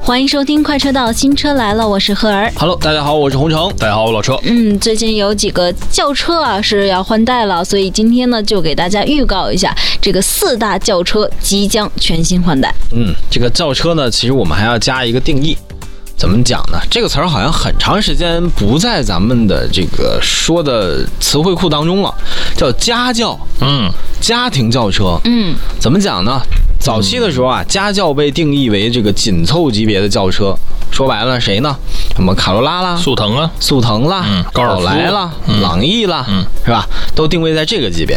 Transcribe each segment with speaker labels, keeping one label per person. Speaker 1: 欢迎收听《快车道新车来了》，我是赫儿。
Speaker 2: Hello，大家好，我是洪城。
Speaker 3: 大家好，我老车。
Speaker 1: 嗯，最近有几个轿车啊是要换代了，所以今天呢就给大家预告一下，这个四大轿车即将全新换代。
Speaker 2: 嗯，这个轿车呢，其实我们还要加一个定义，怎么讲呢？这个词儿好像很长时间不在咱们的这个说的词汇库当中了，叫家轿、
Speaker 3: 嗯，
Speaker 2: 家庭轿车。
Speaker 1: 嗯，
Speaker 2: 怎么讲呢？早期的时候啊，家轿被定义为这个紧凑级别的轿车，说白了谁呢？什么卡罗拉啦、
Speaker 3: 速腾啊，
Speaker 2: 速腾啦、
Speaker 3: 嗯高尔夫嗯
Speaker 2: 来啦、朗逸啦，是吧？都定位在这个级别。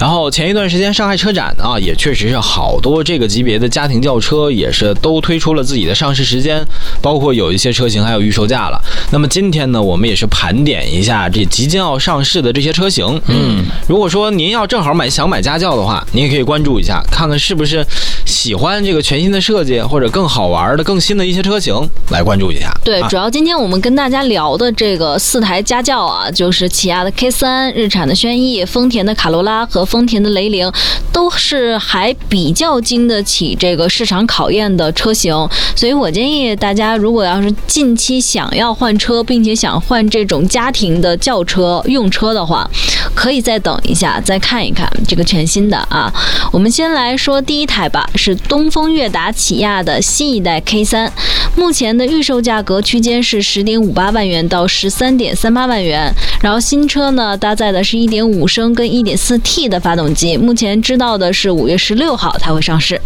Speaker 2: 然后前一段时间上海车展啊，也确实是好多这个级别的家庭轿车也是都推出了自己的上市时间，包括有一些车型还有预售价了。那么今天呢，我们也是盘点一下这即将要上市的这些车型。嗯，如果说您要正好买想买家轿的话，您也可以关注一下，看看是不是喜欢这个全新的设计或者更好玩的、更新的一些车型来关注一下。
Speaker 1: 对，
Speaker 2: 啊
Speaker 1: 主要今天我们跟大家聊的这个四台家轿啊，就是起亚的 K 3日产的轩逸、丰田的卡罗拉和丰田的雷凌，都是还比较经得起这个市场考验的车型。所以我建议大家，如果要是近期想要换车，并且想换这种家庭的轿车用车的话，可以再等一下，再看一看这个全新的啊。我们先来说第一台吧，是东风悦达起亚的新一代 K 3目前的预售价格区间是十点五八万元到十三点三八万元，然后新车呢搭载的是一点五升跟一点四 T 的发动机，目前知道的是五月十六号它会上市。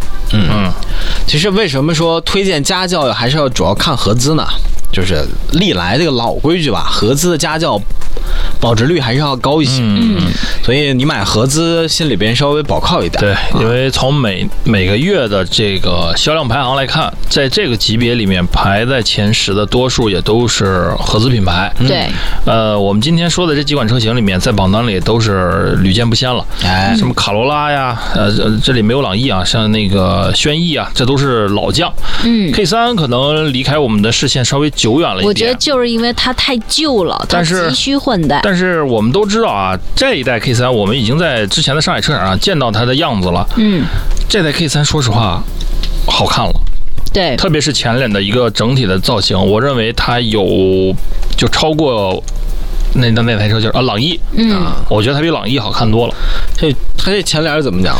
Speaker 2: 其实为什么说推荐家教还是要主要看合资呢？就是历来这个老规矩吧，合资的家教保值率还是要高一些，
Speaker 3: 嗯，
Speaker 2: 所以你买合资心里边稍微保靠一点。
Speaker 3: 对，因为从每每个月的这个销量排行来看，在这个级别里面排在前十的多数也都是合资品牌。
Speaker 1: 对，
Speaker 3: 呃，我们今天说的这几款车型里面，在榜单里都是屡见不鲜了。
Speaker 1: 嗯
Speaker 2: 哎，
Speaker 3: 什么卡罗拉呀，呃，这这里没有朗逸啊，像那个轩逸啊，这都是老将。
Speaker 1: 嗯，
Speaker 3: K 3可能离开我们的视线稍微久远了一点。
Speaker 1: 我觉得就是因为它太旧了，它
Speaker 3: 但是
Speaker 1: 急需换代。
Speaker 3: 但是我们都知道啊，这一代 K 3我们已经在之前的上海车展上见到它的样子了。
Speaker 1: 嗯，
Speaker 3: 这代 K 3说实话，好看了，
Speaker 1: 对，
Speaker 3: 特别是前脸的一个整体的造型，我认为它有就超过那那那台车叫啊朗逸，
Speaker 1: 嗯，
Speaker 3: 我觉得它比朗逸好看多了。
Speaker 2: 这它这前脸怎么讲？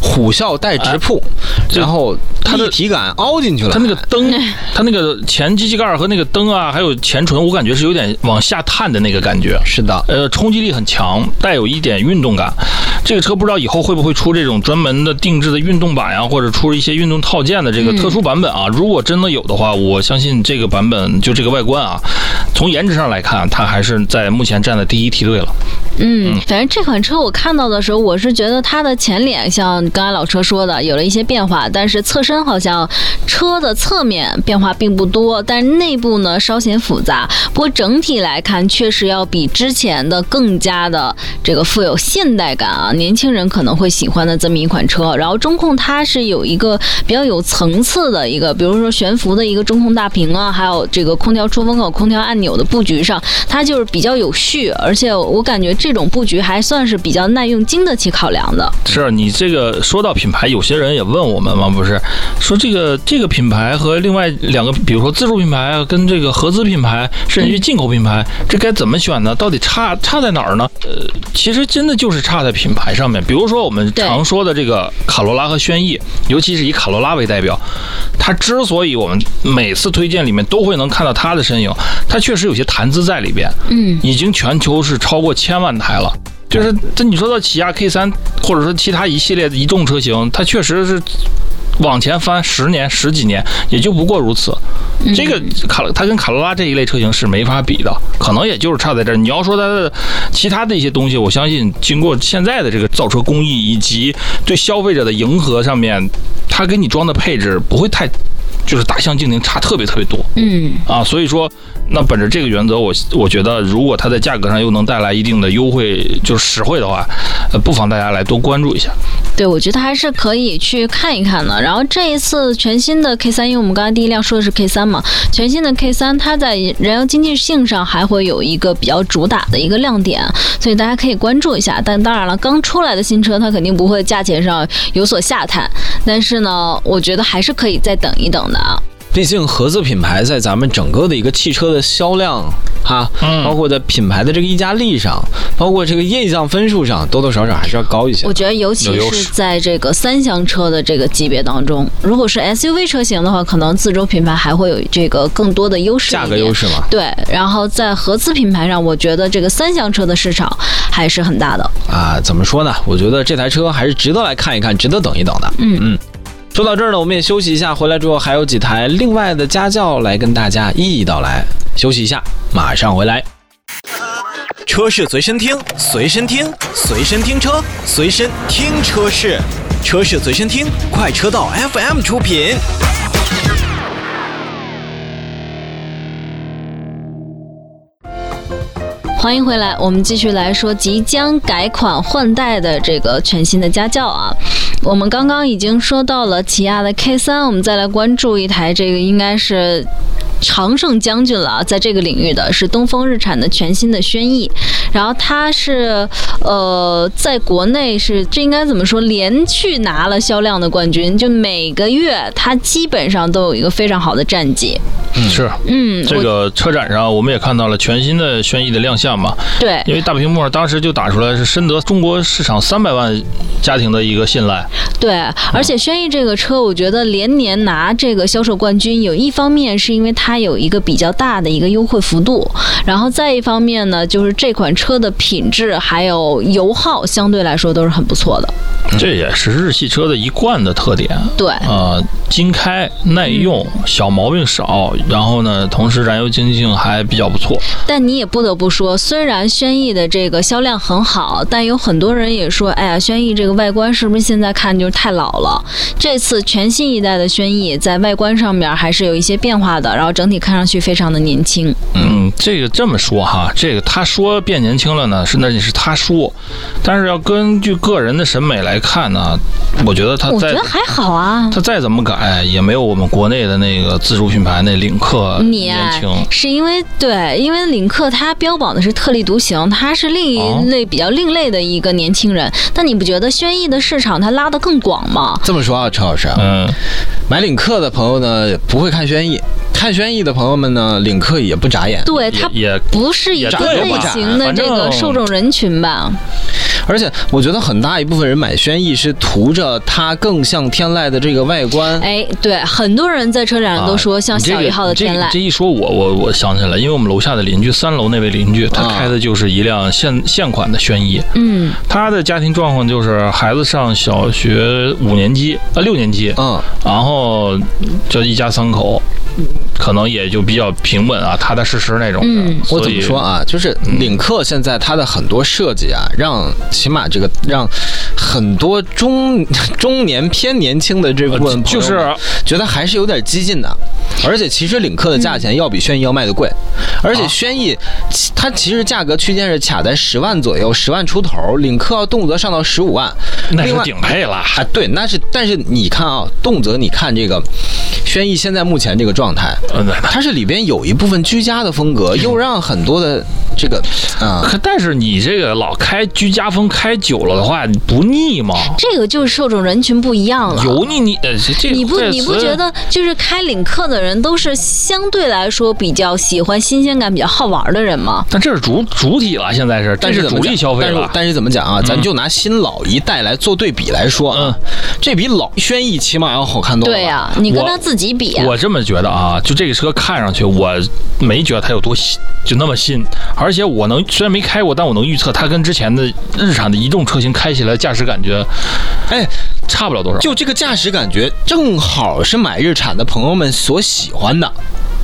Speaker 2: 虎啸带直瀑，
Speaker 3: 就
Speaker 2: 然后
Speaker 3: 啊它的
Speaker 2: 立体感凹进去了。
Speaker 3: 它那个灯，它那个前机器盖儿和那个灯啊，还有前唇，我感觉是有点往下探的那个感觉。
Speaker 2: 是的，
Speaker 3: 呃，冲击力很强，带有一点运动感。这个车不知道以后会不会出这种专门的定制的运动版呀，或者出一些运动套件的这个特殊版本啊。如果真的有的话，我相信这个版本就这个外观啊，从颜值上来看，它还是在目前站在第一梯队了。
Speaker 1: 嗯，反正这款车我看到的时候，我是觉得它的前脸像刚才老车说的有了一些变化，但是侧身好像呃车的侧面变化并不多，但是内部呢稍显复杂。不过整体来看，确实要比之前的更加的这个富有现代感啊，年轻人可能会喜欢的这么一款车。然后中控它是有一个比较有层次的一个，比如说悬浮的一个中控大屏啊，还有这个空调出风口、空调按钮的布局上，它就是比较有序，而且我感觉这种布局还算是比较耐用、经得起考量的。
Speaker 3: 是啊你这个说到品牌，有些人也问我们嘛，不是说这个这个品牌和另外两个，比如说自主品牌跟这个合资品牌，甚至于进口品牌，这该怎么选呢？到底差差在哪儿呢？呃，其实真的就是差在品牌上面。比如说我们
Speaker 1: 对
Speaker 3: 常说的这个卡罗拉和轩逸，尤其是以卡罗拉为代表，它之所以我们每次推荐里面都会能看到它的身影，它确实有些谈资在里边。
Speaker 1: 嗯，
Speaker 3: 已经全球是超过千万台了。就是这你说到起亚 K 3或者说其他一系列的移动车型，它确实是。往前翻十年、十几年，也就不过如此。
Speaker 1: 嗯
Speaker 3: 这个卡罗，它跟卡罗拉这一类车型是没法比的，可能也就是差在这儿。你要说它的其他的一些东西，我相信经过现在的这个造车工艺以及对消费者的迎合上面，它给你装的配置不会太就是大相径庭，差特别特别多
Speaker 1: 嗯
Speaker 3: 啊。所以说，那本着这个原则，我我觉得如果它在价格上又能带来一定的优惠，就是实惠的话，呃，不妨大家来多关注一下。
Speaker 1: 对，我觉得还是可以去看一看的。然后这一次全新的 K 三，因为我们刚才第一辆说的是 K 三嘛，全新的 K 三它在燃油经济性上还会有一个比较主打的一个亮点，所以大家可以关注一下。但当然了，刚出来的新车它肯定不会价钱上有所下探，但是呢，我觉得还是可以再等一等的啊。
Speaker 2: 毕竟合资品牌在咱们整个的一个汽车的销量哈，
Speaker 3: 嗯
Speaker 2: 包括在品牌的这个溢价力上，包括这个印象分数上，多多少少还是要高一些
Speaker 1: 我。觉得尤其
Speaker 3: 有优
Speaker 1: 是
Speaker 3: 势
Speaker 1: 在这个三厢车的这个级别当中，如果是 SUV 车型的话，可能自主品牌还会有这个更多的优势一
Speaker 2: 价
Speaker 1: 点，
Speaker 2: 格优势嘛，
Speaker 1: 对，然后在合资品牌上，我觉得这个三厢车的市场还是很大的。
Speaker 2: 啊，怎么说呢？我觉得这台车还是值得来看一看，值得等一等的。
Speaker 1: 嗯
Speaker 2: 嗯。说到这儿呢，我们也休息一下，回来之后还有几台另外的家轿来跟大家一一道来。休息一下，马上回来。
Speaker 4: 车是随身听，随身听，随身听车，随身听车是，车是随身听，快车道 FM 出品。
Speaker 1: 欢迎回来，我们继续来说即将改款换代的这个全新的家轿啊。我们刚刚已经说到了起亚的 K 3我们再来关注一台，这个应该是。常胜将军了啊，在这个领域的是东风日产的全新的轩逸，然后它是呃，在国内是这应该怎么说，连续拿了销量的冠军，就每个月它基本上都有一个非常好的战绩。
Speaker 3: 是
Speaker 1: 嗯，
Speaker 3: 这
Speaker 1: 我
Speaker 3: 个车展上，我们也看到了全新的轩逸的亮相嘛，
Speaker 1: 对，
Speaker 3: 因为大屏幕上当时就打出来是深得中国市场三百万家庭的一个信赖。
Speaker 1: 对，而且轩逸这个车，我觉得连年拿这个销售冠军，有一方面是因为它有一个比较大的一个优惠幅度，然后再一方面呢，就是这款车的品质还有油耗相对来说都是很不错的。
Speaker 3: 这也是日系车的一贯的特点。
Speaker 1: 对，
Speaker 3: 呃，经开耐用，
Speaker 1: 嗯
Speaker 3: 小毛病少，然后呢，同时燃油经济性还比较不错。
Speaker 1: 但你也不得不说，虽然轩逸的这个销量很好，但有很多人也说，哎呀，轩逸这个外观是不是现在看就是太老了？这次全新一代的轩逸在外观上面还是有一些变化的，然后整体看上去非常的年轻。
Speaker 3: 嗯，这个这么说哈，这个他说变年轻了呢，是那是他说，但是要根据个人的审美来看呢，我觉得他
Speaker 1: 我觉
Speaker 3: 在
Speaker 1: 得还好啊。
Speaker 3: 他再怎么改，也没有我们国内的那个自主品牌那领克
Speaker 1: 你
Speaker 3: 年
Speaker 1: 啊
Speaker 3: 轻。
Speaker 1: 是因为对，因为领克它标榜的是特立独行，它是另
Speaker 3: 哦
Speaker 1: 一类比较另类的一个年轻人。但你不觉得轩逸的市场它拉得更广吗？
Speaker 2: 这么说啊，陈老师，
Speaker 3: 嗯，
Speaker 2: 买领克的朋友呢不会看轩逸，看轩逸的朋友们呢，领克也不眨眼。
Speaker 1: 对，
Speaker 3: 也
Speaker 1: 它
Speaker 3: 也
Speaker 1: 不是一
Speaker 3: 也
Speaker 1: 个
Speaker 2: 对
Speaker 1: 类
Speaker 2: 吧
Speaker 1: 型的
Speaker 3: 反
Speaker 1: 这个
Speaker 3: 正
Speaker 1: 受众人群吧？
Speaker 2: 而且我觉得很大一部分人买轩逸是图着它更像天籁的这个外观。
Speaker 1: 哎，对，很多人在车展上都说像
Speaker 3: 啊你这
Speaker 1: 小
Speaker 3: 个
Speaker 1: 一号的天
Speaker 3: 这个
Speaker 1: 籁。
Speaker 3: 这一说我，我我想起来，因为我们楼下的邻居，三楼那位邻居，他
Speaker 2: 啊
Speaker 3: 开的就是一辆现现款的轩逸。
Speaker 1: 嗯，
Speaker 3: 他的家庭状况就是孩子上小学五年级，呃六年级，
Speaker 2: 嗯，
Speaker 3: 然后就一家三口，可能也就比较平稳啊，踏踏实实那种的。
Speaker 1: 嗯
Speaker 2: 我
Speaker 3: 所
Speaker 2: 怎
Speaker 3: 以
Speaker 2: 么
Speaker 3: 嗯
Speaker 2: 说？啊？就是领克现在它的很多设计啊，让起码这个让很多中中年偏年轻的这部
Speaker 3: 呃
Speaker 2: 分朋友们
Speaker 3: 就是
Speaker 2: 觉得还是有点激进的。而且其实领克的价钱要比轩逸要卖的贵，
Speaker 3: 嗯
Speaker 2: 而
Speaker 3: 啊
Speaker 2: 且轩逸其它其实价格区间是卡在十万左右，十万出头，领克要动辄上到十五万。
Speaker 3: 那
Speaker 2: 另
Speaker 3: 是
Speaker 2: 外
Speaker 3: 顶配了。
Speaker 2: 啊，对，那是，但是你看啊，动辄你看这个轩逸现在目前这个状态，
Speaker 3: 呃那
Speaker 2: 它是里边有一部分居家的风格，又让很多的这个啊，
Speaker 3: 可但是你这个老开居家风开久了的话，你不腻吗？
Speaker 1: 这个就是受众人群不一样了。
Speaker 3: 油腻腻，呃，这这
Speaker 1: 你不
Speaker 3: 这个
Speaker 1: 你不
Speaker 3: 词
Speaker 1: 觉得就是开领克的人都是相对来说比较喜欢新鲜感、比较好玩的人吗？
Speaker 3: 但这是主主体了，现在是，
Speaker 2: 但
Speaker 3: 这是
Speaker 2: 怎
Speaker 3: 主
Speaker 2: 么
Speaker 3: 力
Speaker 2: 讲
Speaker 3: 消费
Speaker 2: 但是
Speaker 3: 了。嗯
Speaker 2: 但是怎么讲啊？咱就拿新老一代来做对比来说啊，这比老轩逸起码要好看多了吧。
Speaker 1: 对呀、你跟
Speaker 3: 我
Speaker 1: 他自己比、啊，
Speaker 3: 我这么觉得啊，就这个车看上去，我没觉得它有多新，就那么新。而且我能虽然没开过，但我能预测它跟之前的日产的移动车型开起来的驾驶感觉
Speaker 2: 哎，
Speaker 3: 差不了多少。
Speaker 2: 就这个驾驶感觉，正好是买日产的朋友们所喜欢的。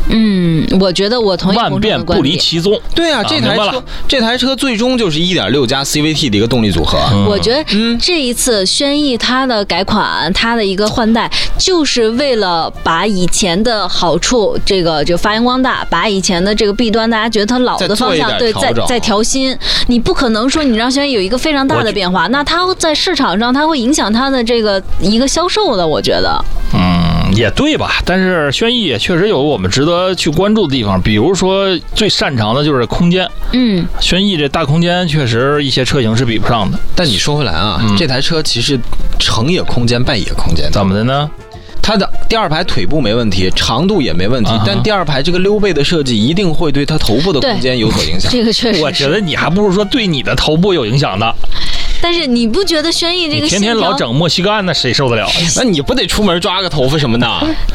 Speaker 1: 嗯，我觉得我同意
Speaker 3: 万
Speaker 1: 同事
Speaker 3: 变
Speaker 1: 的观
Speaker 3: 不离
Speaker 1: 点。
Speaker 3: 其宗。
Speaker 2: 对啊，
Speaker 3: 啊
Speaker 2: 这台
Speaker 3: 明白
Speaker 2: 车
Speaker 3: 了
Speaker 2: 这台车最终就是一点六加 CVT 的一个动力组合。啊
Speaker 3: 嗯
Speaker 1: 我觉得嗯这一次轩逸它的改款，它的一个换代，就是为了把以前的好处，这个就发扬光大，把以前的这个弊端，大家觉得它老的方向
Speaker 2: 再，做一
Speaker 1: 对，
Speaker 2: 点
Speaker 1: 再
Speaker 2: 调整
Speaker 1: 再调新。你不可能说你让轩逸有一个非常大的变化，那它在市场上它会影响它的这个一个销售的，我觉得。
Speaker 3: 嗯，也对吧？但是轩逸也确实有我们值得去关注的地方，比如说最擅长的就是空间。
Speaker 1: 嗯，
Speaker 3: 轩逸这大空间确实一些车型是比不上的。
Speaker 2: 但你说回来啊，
Speaker 3: 嗯
Speaker 2: 这台车其实成也空间，败也空间。
Speaker 3: 怎么的呢？
Speaker 2: 它的第二排腿部没问题，长度也没问题
Speaker 3: 啊哈，
Speaker 2: 但第二排这个溜背的设计一定会对它头部的空间有所影响。
Speaker 1: 这个确实是。
Speaker 3: 我觉得你还不如说对你的头部有影响呢。
Speaker 1: 但是你不觉得轩逸这
Speaker 3: 你
Speaker 1: 个
Speaker 3: 天天
Speaker 1: 线条
Speaker 3: 老整墨西哥案，那谁受得了？
Speaker 2: 那你不得出门抓个头发什么的？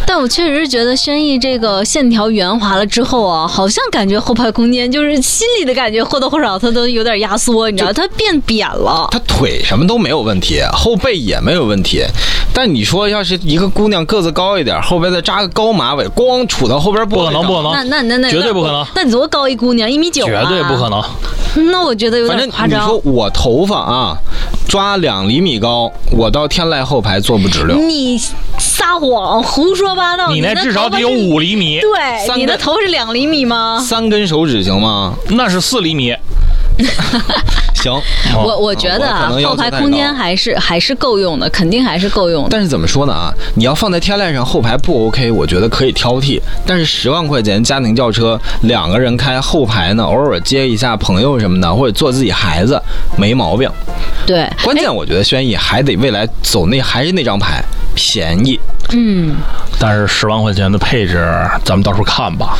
Speaker 1: 但我确实是觉得轩逸这个线条圆滑了之后啊，好像感觉后排空间就是心里的感觉或多或少它都有点压缩，你知道它变扁
Speaker 3: 啊
Speaker 1: 了。
Speaker 2: 它腿什么都没有问题，后背也没有问题。但你说要是一个姑娘个子高一点，后边再扎个高马尾，咣杵到后边
Speaker 3: 不
Speaker 2: 脖
Speaker 3: 可
Speaker 2: 子
Speaker 3: 能，
Speaker 2: 上
Speaker 3: 不可
Speaker 1: 那
Speaker 3: 能，
Speaker 1: 那那那
Speaker 3: 绝对不可能
Speaker 1: 那你多高一姑娘，一米九、啊，
Speaker 3: 绝对不可。能。
Speaker 1: 那我觉得有
Speaker 2: 反
Speaker 1: 点
Speaker 2: 正
Speaker 1: 夸
Speaker 2: 你
Speaker 1: 张
Speaker 2: 说。我头发啊，抓两厘米高，我到天籁后排坐不直溜。
Speaker 1: 你撒谎，胡说八道！
Speaker 3: 你
Speaker 1: 你
Speaker 3: 那至少得有
Speaker 1: 头发是，
Speaker 3: 五厘米，
Speaker 1: 对，
Speaker 2: 三
Speaker 1: 你的
Speaker 2: 个
Speaker 1: 头是两厘米吗？
Speaker 2: 三根手指行吗？
Speaker 3: 那是四厘米。
Speaker 2: 行，
Speaker 1: 我我觉得
Speaker 2: 我可
Speaker 1: 啊
Speaker 2: 能，要
Speaker 1: 后
Speaker 2: 求
Speaker 1: 排
Speaker 2: 太
Speaker 1: 空
Speaker 2: 高
Speaker 1: 间还是还是够用的，肯定还是够用的。
Speaker 2: 但是怎么说呢啊？你要放在天籁上后排不 OK，我觉得可以挑剔。但是十万块钱家庭轿车，两个人开后排呢，偶尔接一下朋友什么的，或者坐自己孩子，没毛病。
Speaker 1: 对，
Speaker 2: 关键我觉得轩逸还得未来走那还是那张牌，便宜。
Speaker 1: 嗯，
Speaker 3: 但是十万块钱的配置，咱们到时候看吧。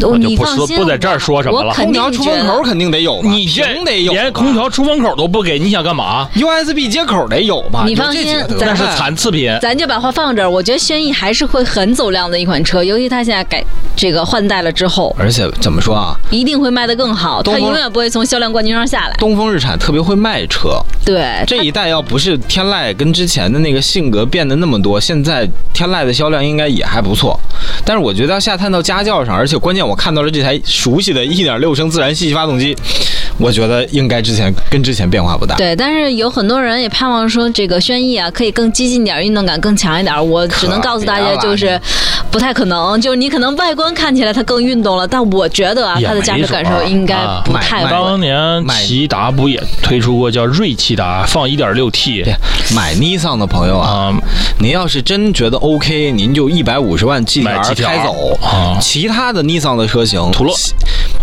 Speaker 3: 我就
Speaker 1: 你
Speaker 3: 不
Speaker 1: 放
Speaker 3: 说
Speaker 1: 心，
Speaker 3: 不在这儿说什么了
Speaker 1: 我肯
Speaker 2: 空
Speaker 1: 定
Speaker 2: 调出
Speaker 1: 觉
Speaker 2: 风
Speaker 1: 得
Speaker 2: 口肯定得有吧？
Speaker 3: 你这
Speaker 2: 屏得
Speaker 1: 啊
Speaker 2: 有吧，
Speaker 3: 连空调出风口都不给，你想干嘛？
Speaker 2: USB 接口得有吧？
Speaker 1: 你
Speaker 2: 就
Speaker 1: 放
Speaker 2: 这
Speaker 1: 心
Speaker 2: 几个得
Speaker 1: 咱
Speaker 2: 了
Speaker 3: 那是残次 品。
Speaker 1: 咱就把话放这儿，我觉得轩逸还是会很走量的一款车，尤其它现在改这个换代了之后，
Speaker 2: 而且怎么说啊？
Speaker 1: 一定会卖得更好，
Speaker 2: 东
Speaker 1: 它
Speaker 2: 风
Speaker 1: 永远不会从销量冠军上下来。
Speaker 2: 东风日产特别会卖车，
Speaker 1: 对，
Speaker 2: 这一代要不是天籁跟之前的那个性格变得那么多，现在天籁的销量应该也还不错。但是我觉得要下探到家教上，而且关键我看到了这台熟悉的1.6升自然吸气发动机，我觉得应该之前跟之前变化不大。
Speaker 1: 啊对，但是有很多人也盼望说这个轩逸啊可以更激进点儿，运动感更强一点儿。我只能
Speaker 2: 可
Speaker 1: 告诉大家，
Speaker 2: 别了
Speaker 1: 就是不太可能，就是你可能外观看起来它更运动了，但我觉得啊，
Speaker 3: 也
Speaker 1: 它的
Speaker 3: 没
Speaker 1: 驾驶
Speaker 3: 准
Speaker 1: 感
Speaker 3: 儿
Speaker 1: 受应该
Speaker 3: 啊
Speaker 1: 不
Speaker 2: 买
Speaker 1: 太
Speaker 2: 买
Speaker 1: 稳
Speaker 3: 当年
Speaker 2: 买
Speaker 3: 骐达不也推出过叫锐骐达，放1 6 T
Speaker 2: 对，买 Nissan 的朋友啊，
Speaker 3: 啊、
Speaker 2: 您要是真觉得 OK，您就一百五十万 G
Speaker 3: 买
Speaker 2: R
Speaker 3: GTR
Speaker 2: 开走
Speaker 3: 啊。
Speaker 2: 其他的 Nissan 的车型，
Speaker 3: 途乐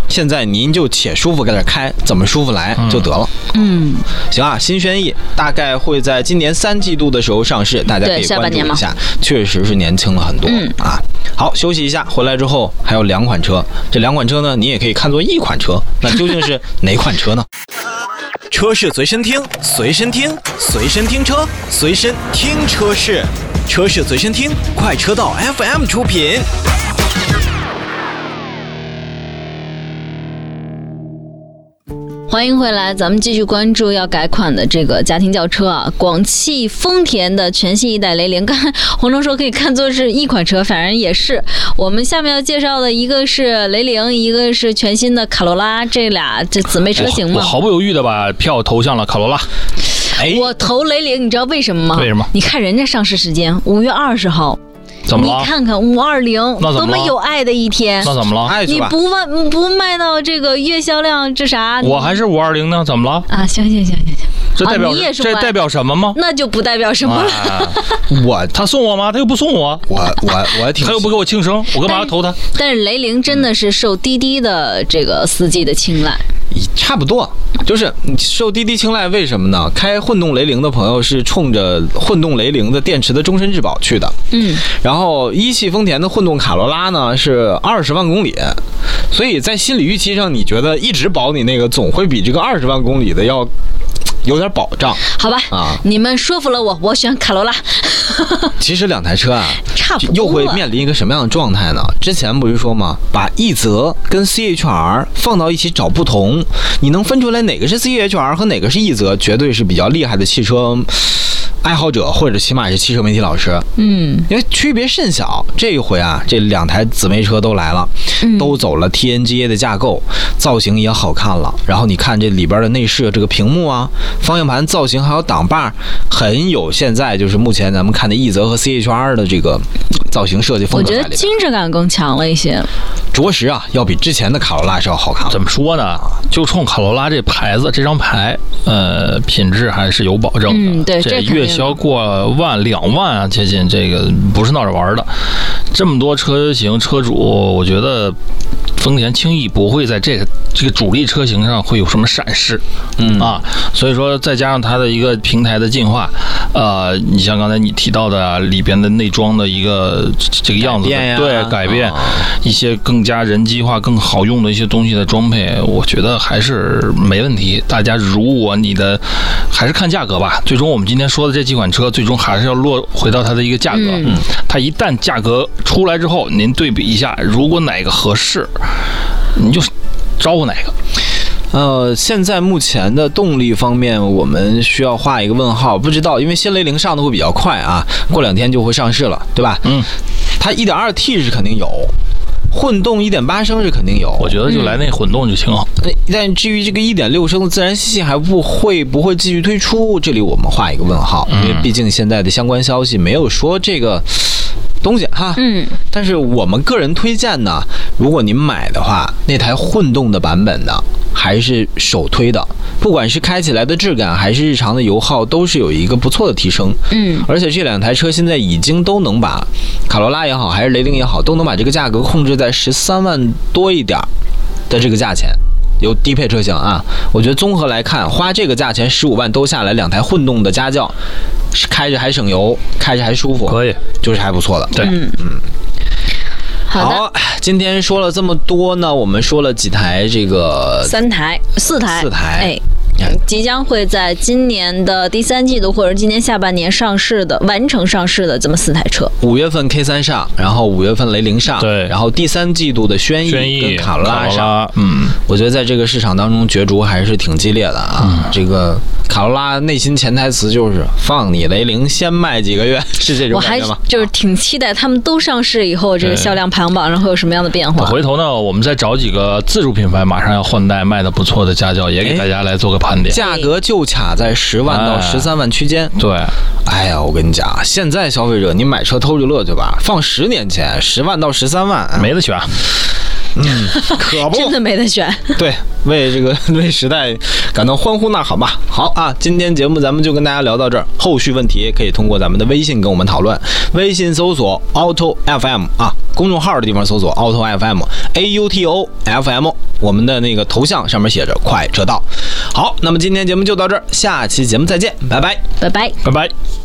Speaker 2: 现在您就且舒服在这开，怎么舒服来就得了。
Speaker 1: 嗯，
Speaker 2: 行啊，新轩逸大概会在今年三季度的时候上市，大家可
Speaker 1: 对
Speaker 2: 以
Speaker 1: 下
Speaker 2: 关
Speaker 1: 半
Speaker 2: 注
Speaker 1: 年嘛
Speaker 2: 一下，确实是年轻了很多、
Speaker 1: 嗯
Speaker 2: 啊。好，休息一下，回来之后还有两款车，这两款车呢，你也可以看作一款车，那究竟是哪款车呢？
Speaker 4: 车是随身听，随身听，随身听车，随身听车是，车是随身听，快车道 FM 出品。
Speaker 1: 欢迎回来，咱们继续关注要改款的这个家庭轿车啊，广汽丰田的全新一代雷凌。刚才洪忠说可以看作是一款车，反正也是。我们下面要介绍的一个是雷凌，一个是全新的卡罗拉，这俩这姊妹车型
Speaker 3: 我
Speaker 1: 嘛。
Speaker 3: 毫不犹豫的把票投向了卡罗拉。
Speaker 2: 哎，
Speaker 1: 我投雷凌，你知道为什么吗？
Speaker 3: 为什么
Speaker 1: 你看人家上市时间五月二十号，
Speaker 3: 怎么
Speaker 1: 你
Speaker 3: 了？
Speaker 1: 看看五二零
Speaker 3: 那怎
Speaker 1: 多
Speaker 3: 么了
Speaker 1: 么有爱的一天。
Speaker 3: 那怎么了？
Speaker 2: 爱去
Speaker 1: 你
Speaker 2: 吧。
Speaker 1: 不卖不卖到这个月销量这啥？
Speaker 3: 我还是5 2 0呢？怎么了？
Speaker 1: 啊，行行行行行，
Speaker 3: 这代表、
Speaker 1: 啊你也是
Speaker 3: 这
Speaker 1: 不爱
Speaker 3: 代表什么吗？
Speaker 1: 那就不代表什么了。
Speaker 3: 哎
Speaker 2: 啊我
Speaker 3: 他送我吗？他又不送我，
Speaker 2: 我我 我挺
Speaker 3: 他又不给我庆生，我干嘛要投他？
Speaker 1: 但是雷凌真的是受滴滴的这个司机的青睐，
Speaker 2: 差不多，就是受滴滴青睐，为什么呢？开混动雷凌的朋友是冲着混动雷凌的电池的终身质保去的，
Speaker 1: 嗯，
Speaker 2: 然后一汽丰田的混动卡罗拉呢是二十万公里，所以在心理预期上，你觉得一直保你那个总会比这个二十万公里的要嘖有点保障
Speaker 1: 好吧，
Speaker 2: 啊。
Speaker 1: 你们说服了我，我选卡罗拉，
Speaker 2: 其实两台车啊，
Speaker 1: 差不多
Speaker 2: 又会
Speaker 1: 了
Speaker 2: 面临一个什么样的状态呢？之前不是说嘛，把奕泽跟 CHR 放到一起找不同，你能分出来哪个是 CHR 和哪个是奕泽，绝对是比较厉害的汽车。爱好者或者起码是汽车媒体老师，
Speaker 1: 嗯
Speaker 2: 因为区别甚小。这一回啊，这两台姊妹车都来了，
Speaker 1: 嗯
Speaker 2: 都走了 TNGA 的架构，造型也好看了。然后你看这里边的内饰，这个屏幕啊、方向盘造型还有挡把，很有现在就是目前咱们看的奕泽和 CHR 的这个造型设计风
Speaker 1: 我
Speaker 2: 格在
Speaker 1: 觉
Speaker 2: 里
Speaker 1: 得
Speaker 2: 边。
Speaker 1: 精致感更强了一些。
Speaker 2: 着实啊，要比之前的卡罗拉是要好看了。
Speaker 3: 怎么说呢？就冲卡罗拉这牌子这张牌，呃，品质还是有保证的。
Speaker 1: 嗯对
Speaker 3: 这
Speaker 1: 这肯定的
Speaker 3: 月销过万两万啊，接近这个不是闹着玩儿的。这么多车型车主，我觉得丰田轻易不会在这个这个主力车型上会有什么闪失。
Speaker 2: 嗯
Speaker 3: 啊，所以说再加上它的一个平台的进化，呃，你像刚才你提到的啊里边的内装的一个这个样子的
Speaker 2: 改变呀
Speaker 3: 对改变、
Speaker 2: 啊
Speaker 3: 一些更加人机化、更好用的一些东西的装配，我觉得还是没问题。大家如果你的还是看价格吧，最终我们今天说的这几款车，最终还是要落回到它的一个价格。
Speaker 1: 嗯
Speaker 3: 它一旦价格出来之后，您对比一下，如果哪个合适，您就招呼哪个。
Speaker 2: 呃，现在目前的动力方面，我们需要画一个问号，不知道，因为新雷凌上的会比较快啊，过两天就会上市了，对吧？
Speaker 3: 嗯，
Speaker 2: 它 1.2T 是肯定有，混动1.8升是肯定有，
Speaker 3: 我觉得就来那混动就挺好。
Speaker 2: 那但至于这个一点六升的自然吸气还不会不会继续推出，这里我们画一个问号，因
Speaker 3: 嗯
Speaker 2: 为毕竟现在的相关消息没有说这个东西哈。
Speaker 1: 嗯，
Speaker 2: 但是我们个人推荐呢，如果您买的话，那台混动的版本呢，还是首推的，不管是开起来的质感，还是日常的油耗，都是有一个不错的提升。
Speaker 1: 嗯，
Speaker 2: 而且这两台车现在已经都能把卡罗拉也好，还是雷凌也好，都能把这个价格控制在十三万多一点儿的这个价钱。有低配车型啊，我觉得综合来看，花这个价钱十五万都下来，两台混动的家轿，是开着还省油，开着还舒服，
Speaker 3: 可以，
Speaker 2: 就是还不错的。
Speaker 3: 对，
Speaker 1: 好的，
Speaker 2: 好，今天说了这么多呢，我们说了几台这个
Speaker 1: 三台、四台、
Speaker 2: 四台
Speaker 1: 哎。
Speaker 2: 你看
Speaker 1: 即将会在今年的第三季度或者今年下半年上市的、完成上市的这么四台车。
Speaker 2: 五月份 K 三上，然后五月份雷凌上，
Speaker 3: 对
Speaker 2: 然后第三季度的轩
Speaker 3: 轩
Speaker 2: 逸跟
Speaker 3: 逸、
Speaker 2: 卡罗拉上，
Speaker 3: 嗯，
Speaker 2: 我觉得在这个市场当中角逐还是挺激烈的啊。这个卡罗拉内心潜台词就是放你雷凌先卖几个月，是这种
Speaker 1: 我还
Speaker 2: 感觉吗？啊
Speaker 1: 就是挺期待他们都上市以后，这个
Speaker 3: 对
Speaker 1: 销量排行榜上会有什么样的变化。
Speaker 3: 回头呢，我们再找几个自主品牌马上要换代卖的不错的家轿，也给
Speaker 2: 哎
Speaker 3: 大家来做个盘点。
Speaker 2: 价格就卡在十万到
Speaker 3: 哎
Speaker 2: 十三万区间。
Speaker 3: 对，
Speaker 2: 哎呀，我跟你讲，现在消费者你买车偷着乐对吧？放十年前，十万到十三万，哎
Speaker 3: 没得选，
Speaker 2: 可不
Speaker 1: 真的没得选。
Speaker 2: 对，为这个 为时代感到欢呼呐喊吧。好啊，今天节目咱们就跟大家聊到这儿，后续问题可以通过咱们的微信跟我们讨论，微信搜索 auto FM 啊，公众号的地方搜索 auto FM A U T O F M，我们的那个头像上面写着“快车道”。好，那么今天节目就到这儿，下期节目再见，拜拜。
Speaker 1: 拜拜。
Speaker 3: 拜拜。